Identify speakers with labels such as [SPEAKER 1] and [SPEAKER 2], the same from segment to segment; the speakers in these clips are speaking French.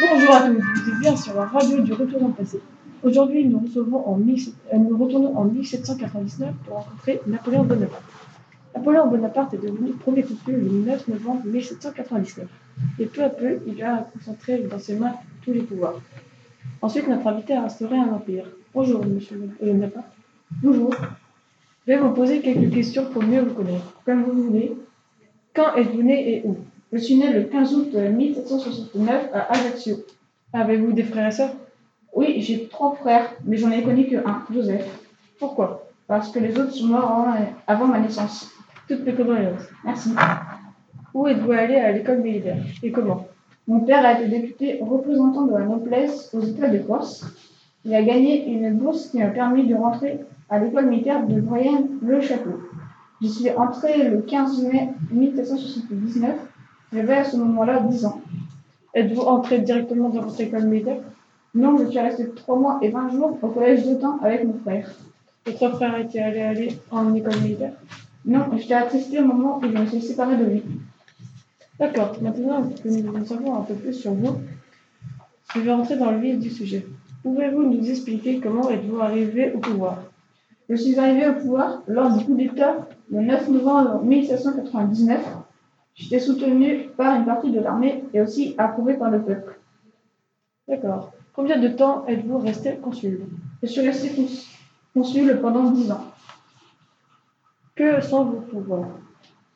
[SPEAKER 1] Bonjour à tous, vous êtes bien sur la radio du Retour dans le passé. Aujourd'hui, nous, recevons en 1700 euh, nous retournons en 1799 pour rencontrer Napoléon Bonaparte. Napoléon Bonaparte est devenu premier consul le 9 novembre 1799. Et peu à peu, il a concentré dans ses mains tous les pouvoirs. Ensuite, notre invité a instauré un empire. Bonjour, monsieur euh, Bonaparte. Bonjour. Je vais vous poser quelques questions pour mieux vous connaître. Comme vous voulez, quand êtes-vous né et où
[SPEAKER 2] Je suis né le 15 août 1769 à Ajaccio.
[SPEAKER 1] Avez-vous des frères et sœurs
[SPEAKER 2] Oui, j'ai trois frères, mais j'en ai connu que un, Joseph,
[SPEAKER 1] Pourquoi
[SPEAKER 2] parce que les autres sont morts avant- avant ma naissance.
[SPEAKER 1] Toutes mes condoléances.
[SPEAKER 2] Merci.
[SPEAKER 1] Où êtes-vous allé à l'école militaire et comment
[SPEAKER 2] Mon père a été député représentant de la noblesse aux États de Corse. Il a gagné une bourse qui m'a permis de rentrer à l'école militaire de Brienne-le-Château. J'y suis entré le 15 mai 1779. J'avais à ce moment-là 10 ans.
[SPEAKER 1] Êtes-vous entré directement dans votre école militaire
[SPEAKER 2] Non, je suis resté 3 mois et 20 jours au collège d'Autun avec mon frère.
[SPEAKER 1] Votre frère était allé aller en école militaire
[SPEAKER 2] Non, j'étais attristé au moment où je me suis séparée de lui.
[SPEAKER 1] D'accord, maintenant que nous savons un peu plus sur vous, je vais rentrer dans le vif du sujet. Pouvez-vous nous expliquer comment êtes-vous arrivé au pouvoir
[SPEAKER 2] Je suis arrivé au pouvoir lors du coup d'État le 9 novembre 1799. J'étais soutenu par une partie de l'armée et aussi approuvé par le peuple.
[SPEAKER 1] D'accord. Combien de temps êtes-vous resté consul
[SPEAKER 2] Je suis resté cons- consul pendant 10 ans.
[SPEAKER 1] Que sont vos pouvoirs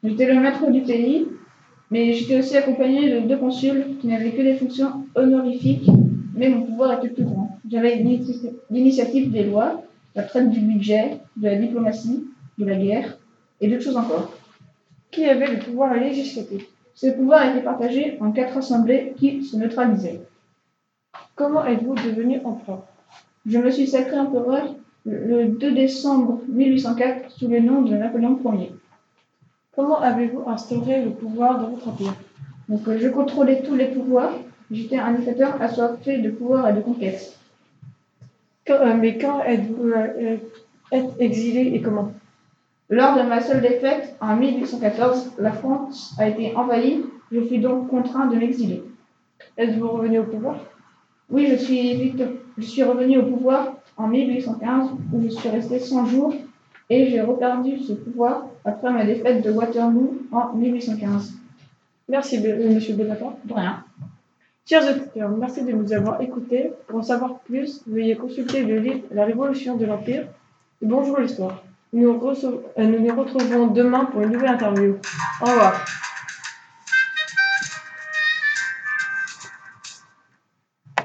[SPEAKER 2] J'étais le maître du pays, mais j'étais aussi accompagné de deux consuls qui n'avaient que des fonctions honorifiques, mais mon pouvoir était plus grand. J'avais l'initi- l'initiative des lois, la traite du budget, de la diplomatie, de la guerre et d'autres choses encore.
[SPEAKER 1] Qui avait le pouvoir législatif
[SPEAKER 2] Ce pouvoir était partagé en quatre assemblées qui se neutralisaient.
[SPEAKER 1] Comment êtes-vous devenu empereur
[SPEAKER 2] Je me suis sacré empereur le le 2 décembre 1804 sous le nom de Napoléon Ier.
[SPEAKER 1] Comment avez-vous instauré le pouvoir dans votre empire
[SPEAKER 2] Donc euh, je contrôlais tous les pouvoirs, j'étais un dictateur assoiffé de pouvoir et de conquête.
[SPEAKER 1] Quand- euh, Mais quand êtes-vous euh, euh, êtes exilé et comment
[SPEAKER 2] Lors de ma seule défaite en 1814, la France a été envahie, je fus donc contraint de m'exiler.
[SPEAKER 1] Êtes-vous revenu au pouvoir
[SPEAKER 2] Oui, je suis, victo- je suis revenu au pouvoir en 1815 où je suis resté 100 jours et j'ai reperdu ce pouvoir après ma défaite de Waterloo en 1815.
[SPEAKER 1] Merci, Be- euh, monsieur Bonaparte.
[SPEAKER 2] De rien.
[SPEAKER 1] Chers auditeurs, merci de nous avoir écoutés. Pour en savoir plus, veuillez consulter le livre La Révolution de l'Empire et Bonjour l'Histoire. Nous, rece- euh, nous nous retrouvons demain pour une nouvelle interview. Au revoir.